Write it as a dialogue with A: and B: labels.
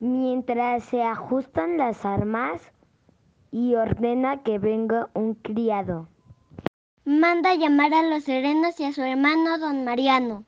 A: mientras se ajustan las armas y ordena que venga un criado.
B: Manda llamar a los serenos y a su hermano don Mariano.